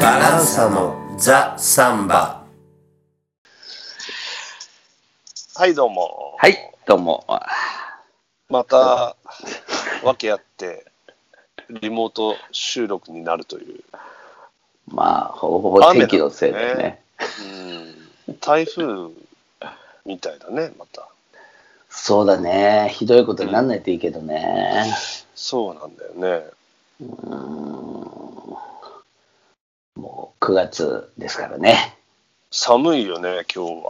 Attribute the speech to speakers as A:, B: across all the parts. A: バランサのザ・サンバ
B: はい、どうも。
C: はい、どうも。あ
B: また、わけあって、リモート収録になるという。
C: まあ、ほぼほぼ天気のせいだよ
B: 雨
C: ね。
B: なんうん。台風みたいだね、また。
C: そうだね。ひどいことになんないといいけどね。
B: そうなんだよね。
C: うーん。もう9月ですからね。
B: 寒いよね、今日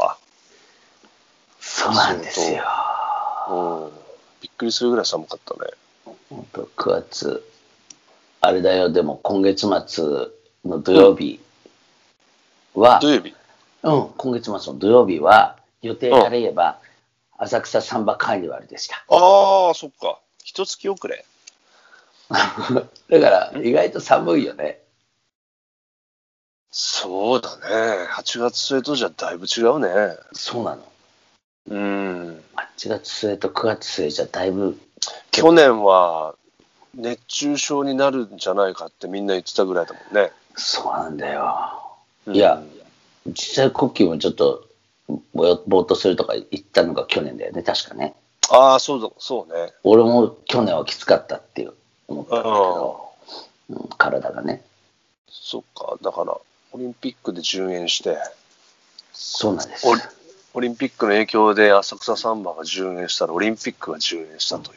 C: そうなんですよ。
B: は。うん。びっくりするぐらい寒かったね。
C: ほんと9月。あれだよ、でも今月末の土曜日は、
B: 土曜日。
C: うん、今月末の土曜日は、予定から言えば、浅草サンバカーニバルでした。
B: ああ、そっか。一月遅れ。
C: だから、意外と寒いよね。
B: そうだね。8月末とじゃだいぶ違うね。
C: そうなの。
B: うん。
C: 8月末と9月末じゃだいぶ
B: 去年は熱中症になるんじゃないかってみんな言ってたぐらいだもんね。
C: そうなんだよ
B: うん
C: いや実際コッキーもちょっとぼよぼーっとするとか言ったのが去年だよね確かね
B: ああ、そうだ、そうね。
C: 俺も去年はきつかったっていう思ったんだけど、うん、体がね
B: そっか、だから、オリンピックで順延して、
C: そうなんです
B: オリオリンピックの影響で浅草サンバが順延したら、オリンピックが順延したという。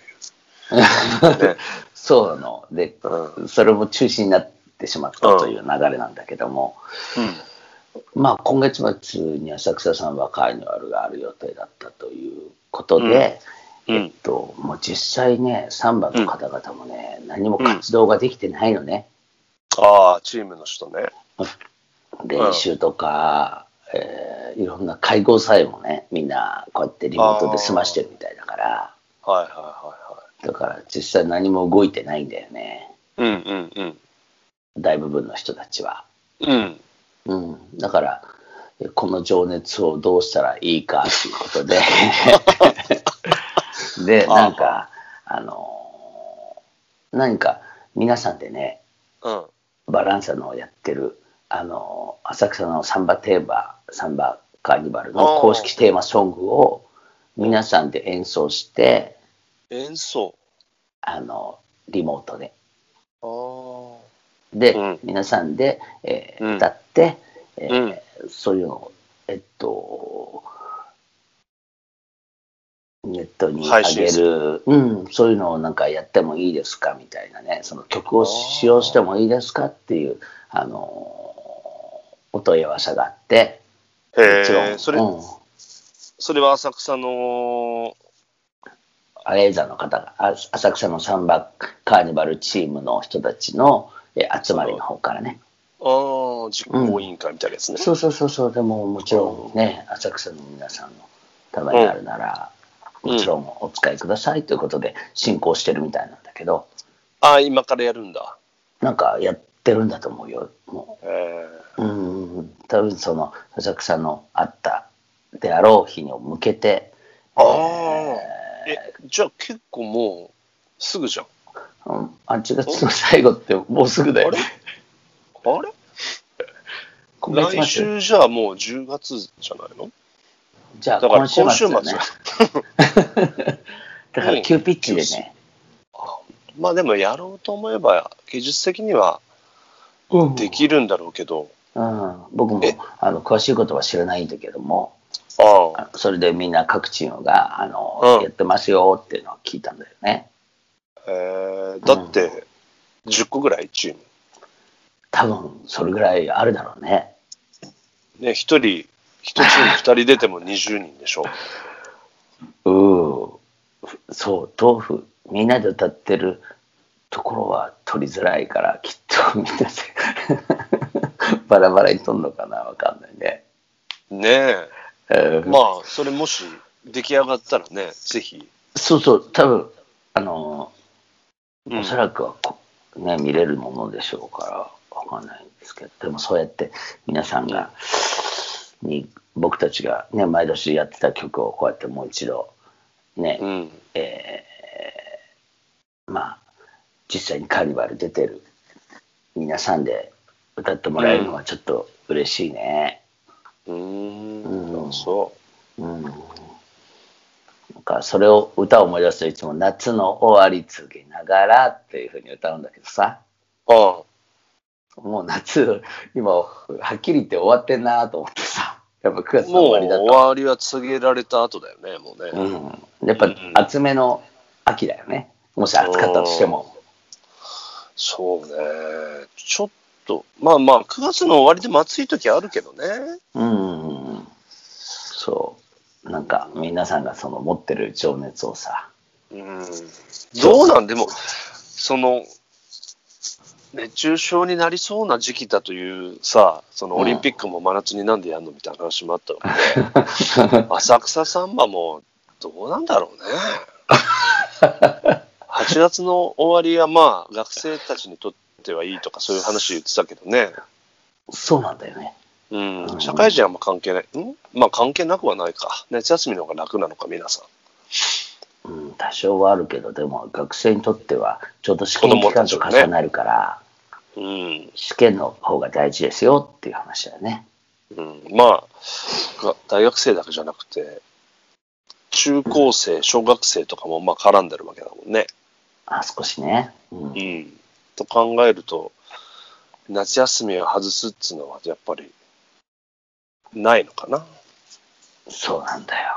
B: ね、
C: そうなので、
B: う
C: それも中止になってしまったという流れなんだけども、まあ今月末に浅草サンバカーニバルがある予定だったということで、
B: うんうん
C: えっと、もう実際ね、サンバの方々もね、何も活動ができてないのね、
B: ああ、チームの人ね。
C: 練習とか、えーいろんな会合さえもね、みんなこうやってリモートで済ましてるみたいだから、
B: はいはいは
C: だから実際何も動いてないんだよね、
B: いはい。うんうん
C: 大部分の人たちは。
B: うん。うん。
C: うん、だから、えこの情熱をどうしたらいいかというこ とで、で、
B: あー
C: なんか、あのー何か皆さんでね、
B: うん。
C: バランサのやってる、あのー浅草のサンバテーマ、サンバカーニバルの公式テーマソングを皆さんで演奏して、
B: 演奏。
C: あのーリモートで。
B: ああ。
C: で、
B: うん
C: 皆さんで、えー
B: うん
C: 歌って、えー
B: うん
C: そういうのを、えっと、ネットに上
B: 配
C: げ
B: 信す
C: る、うん、そういうのをなんかやってもいいですかみたいなね、その曲を使用してもいいですかっていう、あのーお問い合わせがあって、
B: へ
C: もちろ
B: え、
C: ん、
B: それ、
C: うん、
B: それは浅草の、
C: アレーザの方が、あ浅草のサンバカーニバルチームの人たちの、えー集まりの方からね。
B: ああ、実行委員会みたいなやつね。
C: そうそうそうそう、でももちろんね、浅草の皆さんのためにあるなら、
B: うん
C: もちろんお使いくださいということで進行してるみたいなんだけど、
B: ああ、今からやるんだ。
C: なんかやってるんだと思うよ。も
B: えー
C: ううん、多分その浅草のあったであろう日に向けて、
B: あ
C: え
B: え、じゃあ結構もう、すぐじゃん。
C: ーうん、8月の最後ってもうすぐだよね。
B: あれ
C: 今
B: 来
C: 月末
B: 週じゃあもう10月じゃないの
C: じゃあ
B: だから
C: 今
B: 今
C: 週
B: 週
C: 末
B: 末
C: だね。だから急ピッチでね、
B: まあでもやろうと思えば、技術的には
C: うん
B: できるんだろうけど、
C: うん、僕も
B: え
C: あの詳しいことは知らないんだけども
B: ああ、
C: あそれでみんな各チームがあの、
B: うん
C: やってますよっていうのを聞いたんだよね
B: えーだって、10個ぐらいチーム。
C: 多分それぐらいあるだろうね
B: ね、1人、1チー ム2人出ても20人でしょ。
C: うーふそう豆腐みんなで歌ってるところは取りづらいからきっとみんなで バラバラに取るのかなわかんないね、
B: ね
C: う
B: え。
C: ん
B: まあ、それもし出来上がったらね、ぜひ。
C: そうそう多分あの
B: うん
C: おそらくはこ、ね、見れるものでしょうから、わかんないんですけど、でもそうやって皆さんが、に僕たちが、ね、毎年やってた曲をこうやってもう一度、ね
B: うん。
C: えーまあ、実際にカーニバル出てる皆さんで歌ってもらえるのはちょっと嬉しいね。
B: う
C: う
B: ー
C: ん
B: ん。そ
C: うんなんかそれを歌を思い出すといつも「夏の終わり告げながら」っていうふうに歌うんだけどさ
B: う。あ
C: もう夏今はっきり言って終わってんなと思ってさやっぱ9
B: あ。
C: 月の
B: もう
C: 終わ
B: 終
C: りだと
B: わりは告げられた後だよね、もうね。
C: うん、やっぱ厚めの秋だよねもし暑かったとしても
B: そうね。ちょっと、まあまあ、9月の終わりでも暑い時あるけどね。
C: うんそうなんか皆さんがその持ってる情熱をさ
B: うん。どうなんでも、その、熱中症になりそうな時期だというさ、そのオリンピックも真夏になんでやんのみたいな話もあったから、 浅草サンバもどうなんだろうね。8月の終わりはまあ学生たちにとってはいいとかそういう話言ってたけどね、
C: そうなんだよね
B: うん、社会人はあんま関係ない、んまあ関係なくはないか、夏休みの方が楽なのか、皆さん。
C: うん多少はあるけどでも学生にとってはちょうど試験期間と重なるから、
B: うん
C: 試験の方が大事ですよっていう話だよね
B: うん、まあ、が大学生だけじゃなくて、中高生、小学生とかもまあ絡んでるわけだもんね。
C: あ少しね、うん
B: うん、と考えると、夏休みを外すっつうのは、やっぱり、ないのかな。
C: そうなんだよ。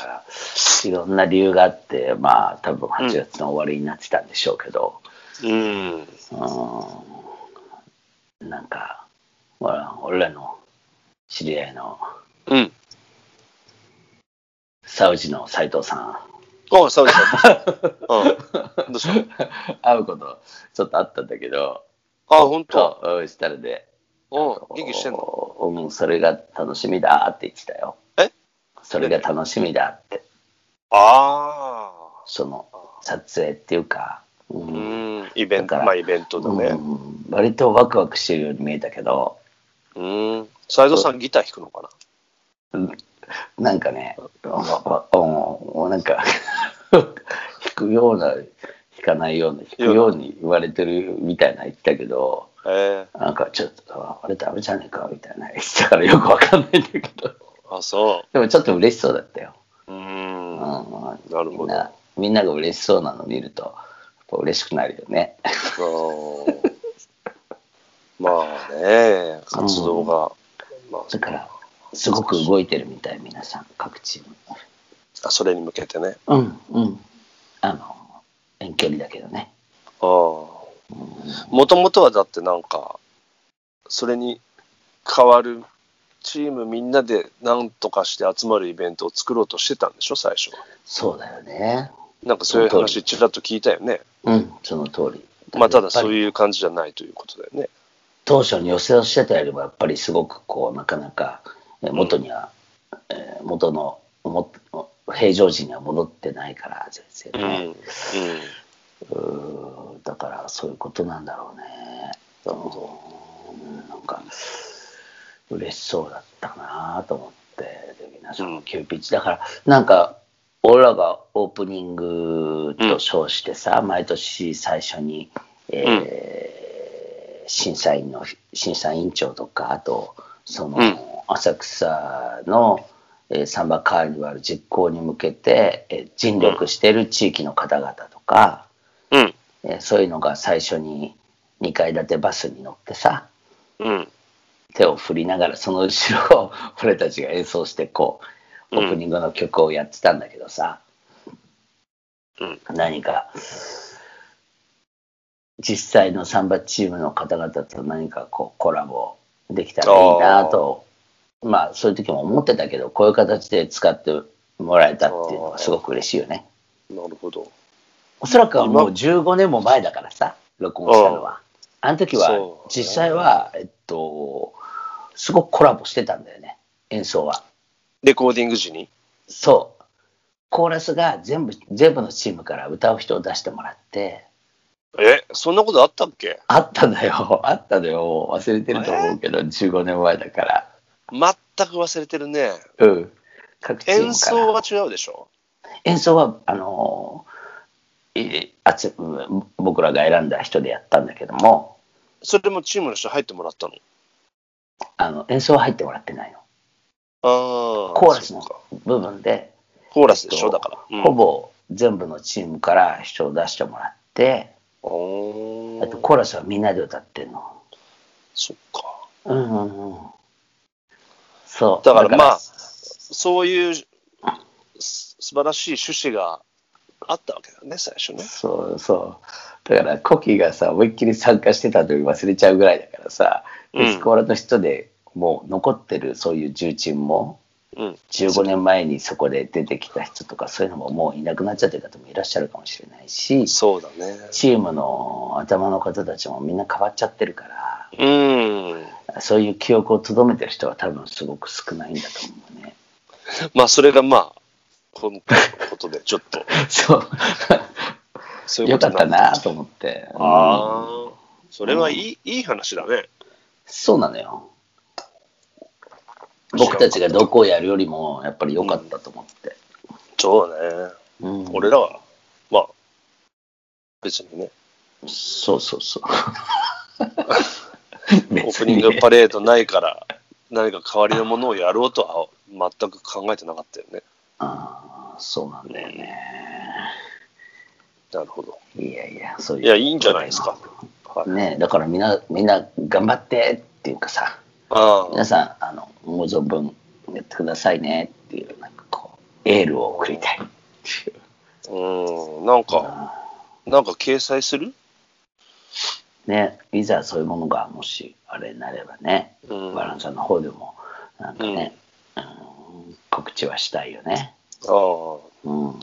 C: だから、いろんな理由があって、まあ、多分8月の終わりになってたんでしょうけど、
B: うん、
C: うーん、なんか、ほら、俺らの知り合いの
B: うん。
C: サウジの斎藤さ
B: あ、そうです。うん。どうした
C: ん、会うことちょっとあったんだけど、
B: あ、本当。
C: と、うんしたので、
B: うん、元気してんの
C: うん、それが楽しみだって言ってたよ。
B: え
C: それが楽しみだって、
B: ああ。
C: その、撮影っていうか、う
B: うんん、イベン
C: だか
B: ト、
C: ら
B: まあイベントだね。
C: うん、割とワクワクしてるように見えたけど、
B: うん。斎藤さん、ギター弾くのかな
C: なんかね、おおおなんか 弾くような、弾かないような、弾くように言われてるみたいな言ってたけど、
B: え
C: なんかちょっと、ああれダメじゃねえかみたいな言ってたからよくわかんないんだけど、
B: ー、あ、そ
C: でもちょっと嬉しそうだったよ。
B: う。うん。
C: うん、
B: なるほど
C: みんな。みんなが嬉しそうなの見ると、やっぱ嬉しくなるよね。
B: あーまあね、活動が。まあ
C: だから、すごく動いてるみたい、皆さん、各チーム。
B: あ、それに向けてね。
C: うんうん。あの、遠距離だけどね。
B: ああ。もともとはだってなんか、それに変わるチームみんなで何とかして集まるイベントを作ろうとしてたんでしょ、最初は。
C: そうだよね。
B: なんかそういう
C: その通り
B: 話ちらっと聞いたよね。
C: うん、その通り。
B: まあただそう
C: う。
B: いう感じじゃないということだよね。
C: 当初に寄せをしてたよりも、やっぱりすごくこう、なかなか、えー元には、えー元の、も平常時には戻ってないから、全
B: う
C: 然
B: ん。
C: ね。
B: うん。
C: うーだから、そういうことなんだろうね。
B: なるほ
C: うんなんか、嬉しそうだったなと思って、で皆さんも急ピッチだから、なんか、俺らがオープニングと称してさ、毎年最初に、えー審査員の、審査委員長とか、あと、その、
B: うん
C: 浅草の、えーサンバカーニバル実行に向けて、えー尽力してる地域の方々とか、
B: ど。うん。
C: えーそういうのが最初に2階建てバスに乗ってさ、
B: うん。
C: 手を振りながらその後ろを俺たちが演奏してこうオ
B: うん
C: ープニングの曲をやってたんだけどさ、
B: うん
C: 何か実際のサンバチームの方々と何かこうコラボできたらいいなとまあそういう時も思ってたけどこういう形で使ってもらえたっていうのはすごく嬉しいよね
B: なるほど。
C: おそらくはもう15年も前だからさ録音したのはあの時は
B: そう
C: 実際はえっとすごくコラボしてたんだよね演奏は
B: レコーディング時に。
C: そうコーラスが全部全部のチームから歌う人を出してもらって
B: え、そんなことあったっけ
C: あったんだよあったのよ忘れてると思うけど15年前だから
B: 全く忘れてるね。
C: うん。各チームから
B: 演奏は違うでしょ
C: 演奏はあのえあつ僕らが選んだ人でやったんだけども
B: それもチームの人入ってもらったの
C: あの演奏は入ってもらってないの
B: ああ。
C: コーラスの
B: そっか
C: 部分で、
B: コーラスでし
C: え
B: ょ
C: っと
B: だから。
C: ほぼ全部のチームから人を出してもらって、
B: ぼ。お
C: あと
B: ー
C: コーラスはみんなで歌ってんの
B: そっか。
C: うんうんうんそう
B: だからまあそういうす素晴らしい趣旨があったわけだね、最初ね。
C: そうそうだからコキがさ思いっきり参加してた時忘れちゃうぐらいだからさ、
B: うん
C: エスコーラの人でもう残ってるそういう重鎮も
B: うん。
C: 15年前にそこで出てきた人とかそういうのももういなくなっちゃってる方もいらっしゃるかもしれないし
B: そうだね。
C: チームの頭の方たちもみんな変わっちゃってるか
B: うん。
C: らそういう記憶をとどめてる人は多分すごく少ないんだと思うね。
B: まあ、それがまあ、今回のことで、ちょっ と、
C: そう
B: そういう
C: よ
B: こと
C: かった
B: にな
C: なと思って。
B: あ
C: うん
B: あ。それはいい,、いい話だね。
C: そうなのよ。僕たちがどこをやるよりも、やっぱり良かったと思って。
B: そうね。
C: うん
B: 俺らは、まあ、別にね、
C: そうそ うそう。
B: オープニングパレードないから、何か代わりのものをやろうとは全く考えてなかったよね。
C: ああ、そうなんだよね。
B: なるほど。
C: いやいや、そういう。
B: いや、いいんじゃないですか。はい
C: ねえだからみんな、みんな頑張ってっていうかさ、
B: ああ
C: 皆さん、あの、ご存分やってくださいねっていう、なんかこう、エールを送りたい。
B: うん、なんか、なんか掲載する
C: ね、いざそういうものがもしあれになればね、
B: うん
C: バランさんの方でもなんかね、うん告知はしたいよね。
B: ああ、
C: うん、うん、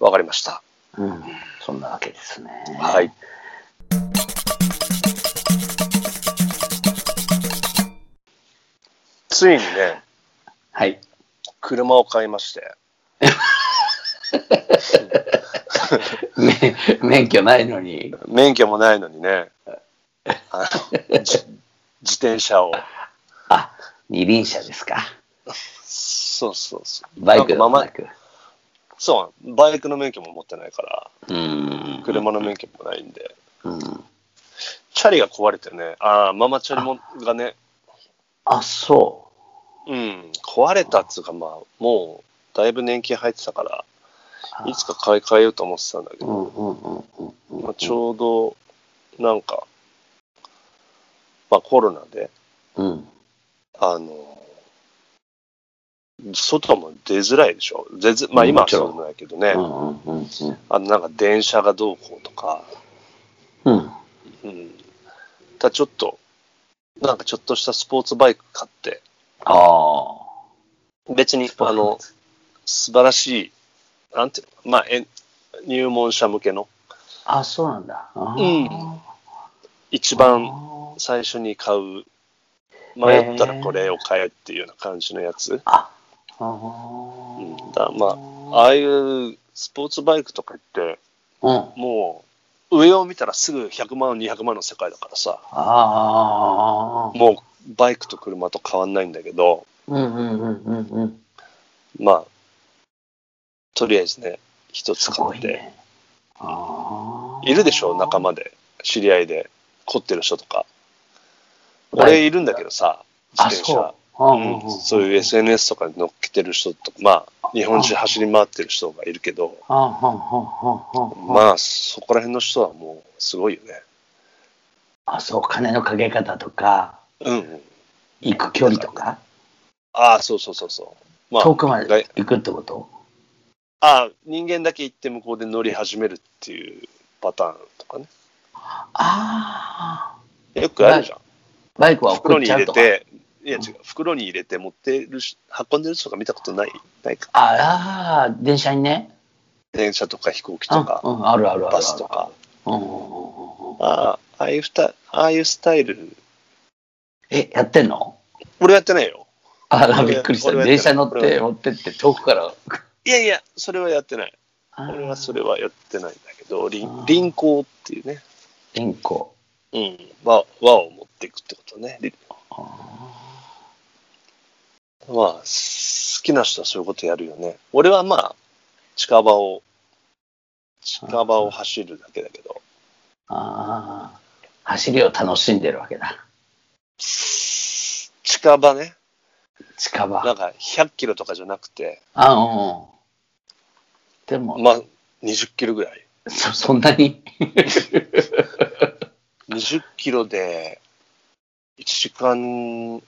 B: わかりました。
C: そんなわけですね。
B: はい。ついにね、
C: はい。
B: 車を買いまして、
C: め免許ないのに、
B: 免許もないのにね、あのじ自転車を。
C: あ、二輪車ですか。
B: そうそうそう。
C: バイクで
B: なんか
C: も
B: ま
C: な
B: ま
C: く。
B: そう、バイクの免許も持ってないから、
C: うん。
B: 車の免許もないんで、
C: うん。
B: チャリが壊れてね、ああ、ママチャリもがね、
C: あ、そ
B: うん、壊れたっつうか、まあ、もう、だいぶ年金入ってたから、
C: う。
B: いつか買い替えようと思ってたんだけ
C: う
B: ど、
C: んうんうんうんうん。
B: まあ、ちょうど、なんか、まあ、コロナで、
C: うん。
B: あの、外も出づらいでしょ。出ずまあ、
C: うん
B: 今は
C: もち
B: そ
C: ろん
B: うでもないけどね、
C: うんうんうんうん。
B: あの、なんか電車がどうこうとか、
C: うん。
B: うん。ただちょっと、なんかちょっとしたスポーツバイク買って、
C: ああ。
B: 別に、あの、素晴らしい、なんていうの、まあ、えん入門者向けの、
C: あ、そうなんだ。あ
B: うん
C: ー
B: 一番最初に買う、迷ったらこれを買えっていうような感じのやつ。
C: あ
B: う
C: あ
B: ん
C: ー。
B: だまあ、ああいうスポーツバイクとかって、
C: うん。あ
B: もう、上を見たらすぐ100万、200万の世界だからさ、
C: あ。
B: もうバイクと車と変わんないんだけど、
C: うんうんうんうんうん。
B: まあ、とりあえずね、一つ
C: す
B: 買
C: ご
B: っ
C: い
B: て、
C: ね。ああ。
B: いるでしょ、仲間で、知り合いで、凝ってる人とか。
C: はい
B: 俺いるんだけどさ、
C: あ、
B: 自転車
C: そ。う。あ
B: うんそういう SNS とかに乗っけてる人とか、まあ、日本中走り回ってる人がいるけど、
C: あはんはんはんはんはん
B: まあ、そこら辺の人はもう、すごいよね。
C: あ、そう、金のかけ方とか、
B: うんうん。
C: 行く距離とか、
B: ああ、そうそうそうそう。まあ、
C: 遠くまで
B: 外
C: 行くってこと
B: ああ、人間だけ行って向こうで乗り始めるっていうパターンとかね。
C: ああ。
B: よくあるじゃん。
C: バイクは
B: 袋
C: 送っ
B: に
C: ちゃ
B: 入れ
C: うとか。
B: て、いや違う、袋に入れて持ってるし、運んでる人とか見たことない、ないか。
C: ああ、電車にね。
B: 電車とか飛行機と
C: あ
B: か、
C: うん、あるあるあるある。
B: バスとか。
C: うんうんうんうん。
B: ああ、ああいうふた、ああいうスタイル、
C: え、やってんの
B: 俺やってないよ。
C: あら、
B: 俺
C: びっくりし
B: 俺
C: た。
B: はや
C: 電
B: ってな
C: 車
B: い
C: 乗って、持ってって、遠くから。
B: いやいや、それはやってない。俺はそれはやってないんだけど、りん輪行っていうね、
C: インコ。
B: うん、輪輪を持っていくってことね。りまあ、好きな人はそういうことやるよね。俺はまあ、近場を、近場を走るだけだけど、
C: ああ、走りを楽しんでるわけだ。
B: 近場ね、
C: 近場。
B: なんか100キロとかじゃなくて、
C: あうん。でも、
B: まあ、20キロぐらい。
C: そそんなに
B: 20キロで1時間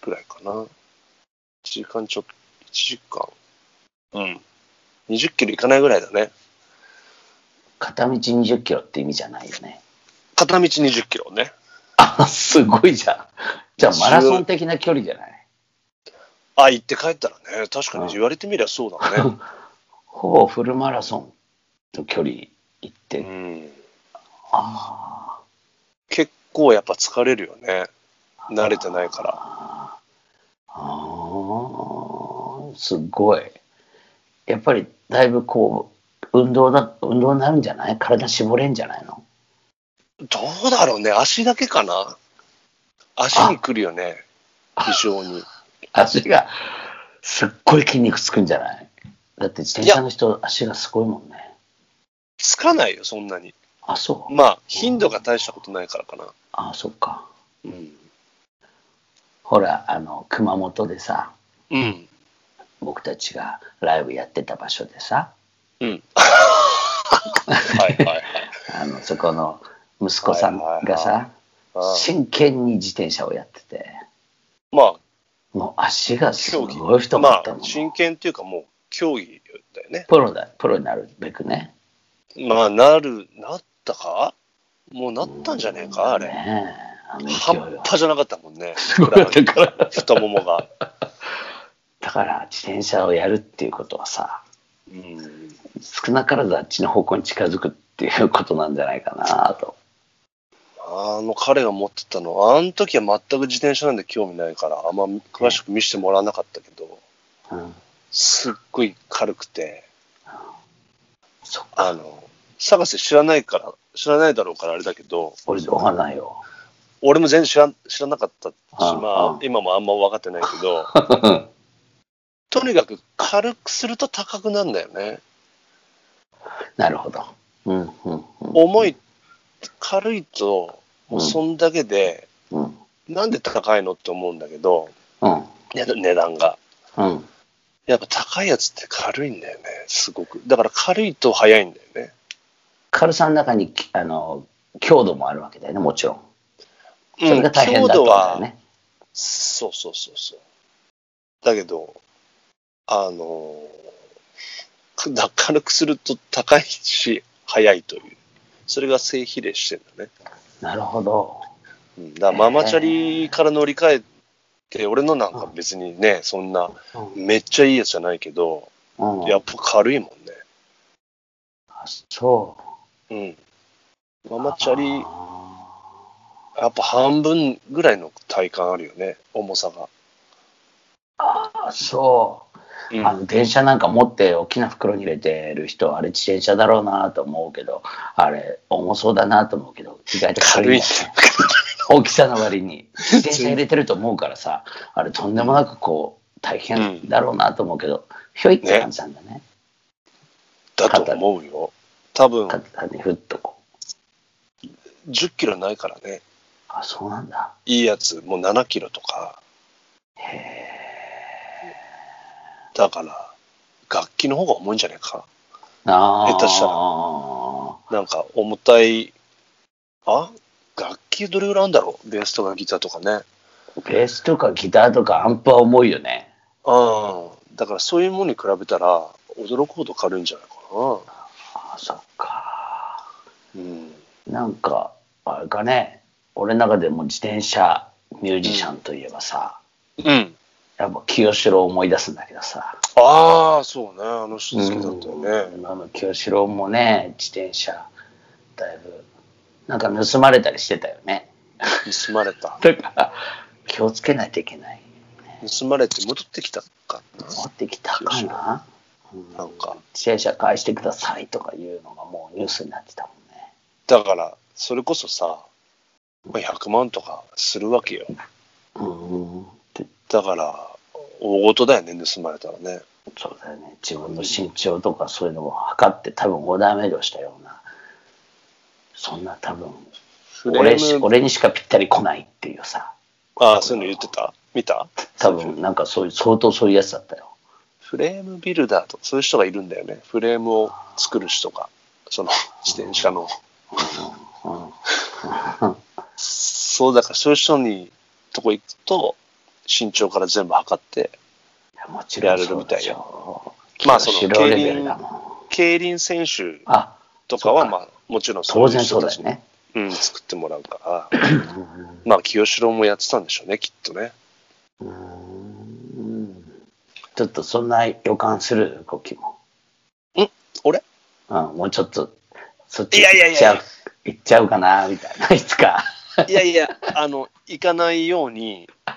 B: くらいかな。1時間ちょっと、1時間。うん。20キロいかないぐらいだね。
C: 片道20キロって意味じゃないよね。
B: 片道20キロね。
C: あ、すごいじゃん。じゃあマラソン的な距離じゃない
B: あ、行って帰ったらね、確か
C: うん
B: に言われてみりゃそうだね。
C: ほぼフルマラソンの距離行って、
B: うん。
C: あ
B: 結構やっぱ疲れるよね。慣れてないから。
C: あああすごいやっぱりだいぶこう運動だ運動になるんじゃない体絞れんじゃないの
B: どうだろうね、足だけかな。足に来るよね、非常に。
C: 足がすっごい筋肉つくんじゃないだって自転車の人足がすごいもんね
B: つかないよ、そんなに。
C: あそう、
B: まあ、頻度が大したことないからかな。
C: あそっか
B: うん。
C: ほらあの熊本でさ
B: うん。
C: 僕たちがライブやってた場所でさ
B: うん。 はいはいはい。
C: あのそこの息子さんが
B: はい
C: さ
B: あー
C: 真剣に自転車をやってて
B: まあ、
C: もう足がす
B: 競技。
C: ごい太かった
B: ま
C: も
B: あ、
C: ん、
B: 真剣っていうかもう、競技だよね。
C: プロだプロになるべくね
B: まあ、なる、なったかもうなったんじゃねえか、あれ。
C: ねえあの勢い
B: 半
C: は
B: 端じゃなかったもんね。
C: ごかったから
B: 太ももが。
C: だから自転車をやるっていうことはさ
B: うん。
C: 少なからずあっちの方向に近づくっていうことなんじゃないかなと
B: あの彼が持ってたの、あの時は全く自転車なんで興味ないから、あんま詳しく見せてもらわなかったけど、
C: うん
B: すっごい軽くて、
C: そっか
B: あの、探せ知らないから、知らないだろうからあれだけど、
C: 俺しょうがないよ
B: 俺も全然知らん知らなかったし、
C: あ
B: ま
C: あ
B: あ、今もあんま分かってないけど、 とにかく軽くすると高くなるんだよね。
C: なるほどうんうんうん
B: 重い、軽いと、もうそんだけで、
C: うん
B: なんで高いのって思うんだけど、
C: うん
B: ね値段が。
C: うん
B: やっぱ高いやつって軽いんだよね、すごく。だから軽いと速いんだよね。
C: 軽さの中にきあの強度もあるわけだよねもちろん
B: うん
C: それが大変だったんだ
B: 強
C: よ
B: 度は、
C: ね、
B: そうそうそうそう。だけど、あのーだ軽くすると高いし、速いという。それが正比例してんだね。
C: なるほど
B: うん、だからママチャリから乗り換えて、俺のなんか別にね、そんな、
C: うん
B: めっちゃいいやつじゃないけど、
C: うん
B: やっぱ軽いもんね。
C: あそ
B: うん。ママチ
C: う
B: ャリ
C: あ
B: やっぱ半分ぐらいの体感あるよね、重さが。
C: ーそう
B: うん
C: あの電車なんか持って大きな袋に入れてる人あれ自転車だろうなと思うけどあれ重そうだなと思うけど意外と軽いんだよね大きさの割に自転車入れてると思うか らさあれとんでもなくこう大変だろうなと思うけど、ひょいって感じなんだね
B: だと思うよ。多分
C: 簡単にふっとこう
B: 10キロないからね、
C: あそうなんだ
B: いいやつ、もう7キロとか。だから、楽器の方が重いんじゃないか。
C: あー
B: 下手したらなんか重たい、あ楽器どれぐらいあるんだろう、ベースとかギターとかね。
C: ベースとかギターとかアンプは重いよね
B: うん。だからそういうものに比べたら、驚くほど軽いんじゃないか
C: あそっか
B: な。うん。
C: なんかあれかね俺の中でも自転車ミュージシャンといえばさ、
B: うん。
C: やっぱ清志郎を思い出すんだけどさ
B: ああ、そうね。あの人好きだったよね。
C: うんあの清志郎もね自転車だいぶなんか盗まれたりしてたよね
B: 盗まれた。
C: だから気をつけないといけない
B: 盗まれて戻ってきたかな。
C: 持ってきたか
B: 清志
C: な、うん
B: なんか、
C: 自転車返してくださいとかいうのがもうニュースになってたもんね
B: だから、それこそさ、まあ100万とかするわけよ。
C: うん
B: だから、大事だよね、盗まれたらね。
C: そうだよね。自分の身長とかそういうのも測って、多分オーダーメイドしたような、そんな多分、
B: フレ
C: 俺し
B: ーム、
C: 俺にしかぴったり来ないっていうさ、
B: ああ、そういうの言ってた見た
C: 多分なんかそういう、相当そういうやつだったよ。
B: フレームビルダーとか、そういう人がいるんだよね。フレームを作る人が、その自転車の。そう、だからそういう人にとこ行くと、身長から全部測って、
C: いやもちろんそうでし
B: やれる
C: ょ。
B: まあその
C: 清志郎レベルだもん。
B: 競輪選手
C: あ、
B: とかは、
C: そうか
B: まあ、もちろん
C: 当
B: い
C: 然
B: 人
C: そう
B: た
C: だ
B: ち
C: よ
B: に
C: ね。
B: うん、作ってもらうから。まあ、清志郎もやってたんでしょうね、きっとね。
C: うーんちょっとそんな予感する動きも。
B: ん俺
C: うん、もうちょっと、そっち
B: いやいや
C: 行
B: い
C: っちゃ
B: や
C: う、行っちゃうかな、みたいな、いつか。
B: いやいや、あの、行かないように、
C: あ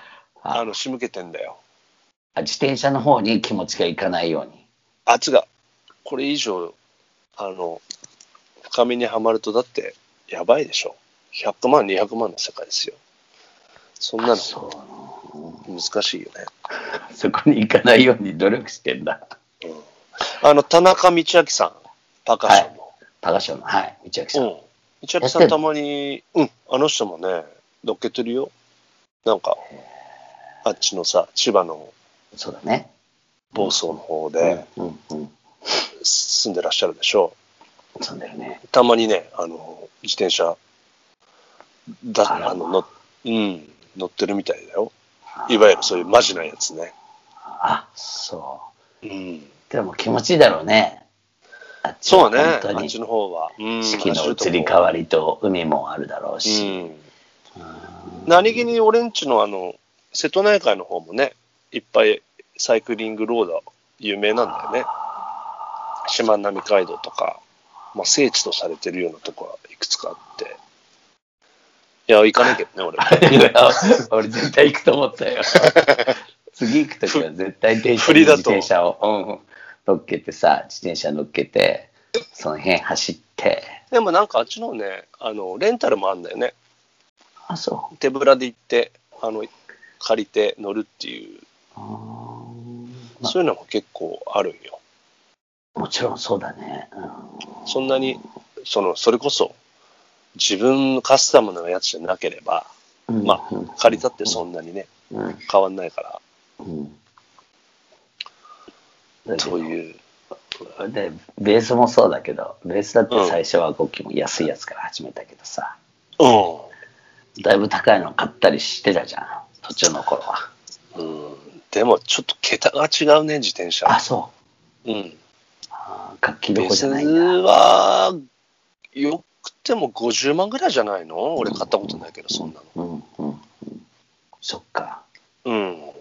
B: あの、仕向けてんだよ。
C: あ自転車の方に気持ちがいかないように。
B: あ、違う。これ以上、あの、深みにはまると、だって、やばいでしょ。100万、200万の世界ですよ。そんなの
C: そ
B: 難しいよね。
C: う。そこに行かないように努力してんだ。
B: あの、田中道明さん、パーカッションの。
C: 高橋の、はい、道明さん。
B: うん。道明さ
C: や
B: ん
C: ってんの
B: たまに、うん、あの人もね、乗っけてるよ。なんか、あっちのさ、千葉の
C: そうだね。
B: 房総の方で
C: うん、うん、
B: 住んでらっしゃるでしょ
C: そうだよね。
B: たまにね、あの、自転車、だ、
C: あら
B: あの、の、うん、乗ってるみたいだよ。いわゆるそういうマジなやつね。
C: あ、そ
B: うん。
C: う。でも気持ちいいだろうね。あっち
B: そ
C: は
B: うね、
C: 本当
B: あっ
C: に
B: ちの方は。うん
C: 四季の移り変わりと海もあるだろう
B: う
C: し、
B: ん。何気に俺んちのあの、瀬戸内海の方もね、いっぱいサイクリングロード有名なんだよね。しまなみ海道とか、まあ、聖地とされてるようなとこはいくつかあって。いや、行かなきゃね、俺。
C: いや 俺絶対行くと思ったよ 次行く時は絶対電車
B: ふ
C: に
B: り
C: 自
B: だと
C: 転車を、うん、乗っけてさ自転車乗っけてその辺走って
B: でもなんかあっちのね、あの、レンタルもあるんだよね。
C: あそ
B: 手ぶらで行って、あの、借りて乗るっていう、
C: うま
B: そういうのも結構あるんよ。
C: あもちろんそうだね、うん
B: そんなに、その、それこそ、自分カスタムのやつじゃなければ、ま
C: うん
B: あ、借りたってそんなにね、
C: うん
B: 変わんないから、
C: うんだけど
B: そういう。
C: でベースもそうだけどベースだって最初は5機も安いやつから始めたけどさ、
B: う
C: だいぶ高いの買ったりしてたじゃん途中の頃は
B: ん。うん。でも、ちょっと桁が違うね、自転車。
C: あそう
B: うん。
C: あー楽器ど
B: ベー
C: こじ
B: ス
C: ゃないんだ
B: は、よくても50万ぐらいじゃないの俺買ったことないけど、そんなの。
C: うんうんうんそっか
B: うん。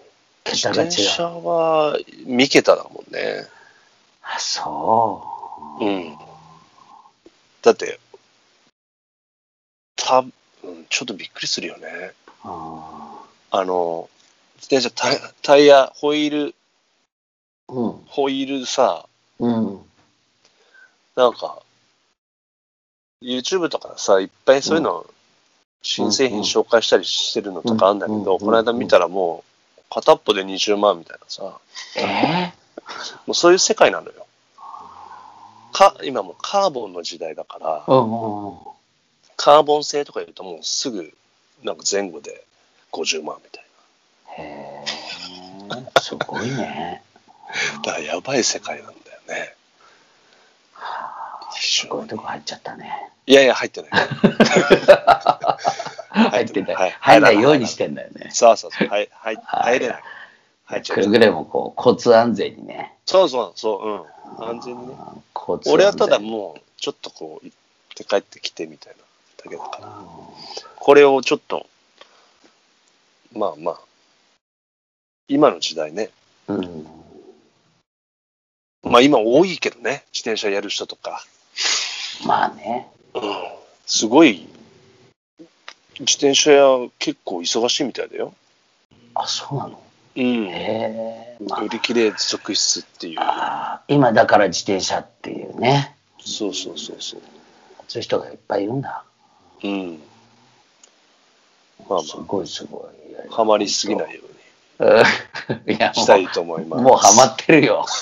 B: 自
C: 桁が違
B: 転車
C: う
B: は3桁だもんね。
C: あそ
B: うん。だって、た、うん、ちょっとびっくりするよね。
C: うあ
B: あの、自転車タイタイヤ、ホイール、
C: ーうん
B: ホイールさ、
C: うん
B: なんか、YouTube とかさ、いっぱいそういうの、新製品紹介したりしてるのとかあるんだけ
C: うんうん
B: ど、この間見たらもう、片っぽで20万みたいなさ、
C: え
B: もうそういう世界なのよ。か、今もうカーボンの時代だから、
C: ー、うんうんうん
B: カーボン製とか言うともうすぐなんか前後で50万みたい
C: へえすごいね
B: な。だからやばい世界なんだよね。
C: すごいとこ入っちゃったね
B: いやいや、入 ってない。
C: 入って
B: ない
C: た
B: はい
C: 入んないようにしてんだよね
B: そうそうそう、はい、はい、入れない。入っちゃ
C: くれ
B: う。
C: ぐれもこう交通安全にね
B: そうそうそう、うん。安全にね。
C: あー交通安全
B: 俺はただもう、ちょっとこう、行って帰ってきてみたいなだけだから。これをちょっと、まあまあ、今の時代ね。
C: うん
B: まあ今多いけどね、自転車やる人とか。
C: まあね
B: すごい、自転車屋結構忙しいみたいだよ。
C: あそうなの
B: うん。
C: へえまあ
B: 売り切れ続出っていう。
C: あー今だから自転車っていうね
B: そうそうそうそう。
C: そういう人がいっぱいいるんだ
B: うん。まあ
C: す
B: ま
C: ごいすごいいや
B: あ、
C: いや
B: ハマりすぎないよう
C: うん いやも
B: し
C: う
B: たいと思います。
C: もうハマってるよ。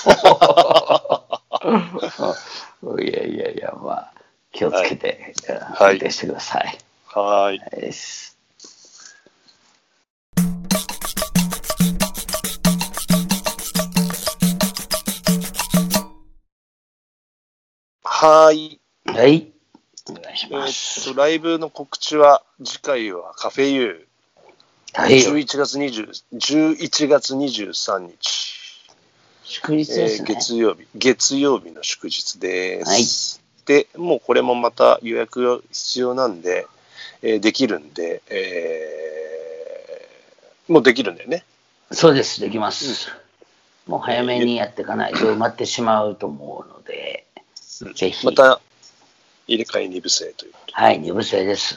C: いやいやいや、まあ、気をつけて、
B: い
C: 運転してください。
B: はーい。
C: はい
B: はーい。
C: はい。お願いし
B: え
C: ます。
B: ーっと、ライブの告知は、次回はカフェユ
C: は
B: ー、
C: い。
B: 11月20 11月23日、
C: 祝日
B: え
C: です
B: ー
C: ね。
B: 月曜日、月曜日の祝日です。で、もうこれもまた予約が必要なんで、えーできるんで、えーもうできるんだよね。
C: そうです、できます。もう早めにやっていかないと埋まってしまうと思うので、ぜひ、
B: また、入れ替え二部制というこ
C: はい、二部制です。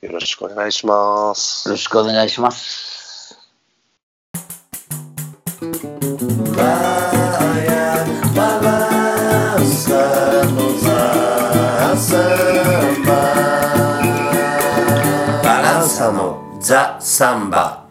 B: とでよろしくお願いします
C: よ。ろしくお願いします。
A: バランサのザ・サンバ。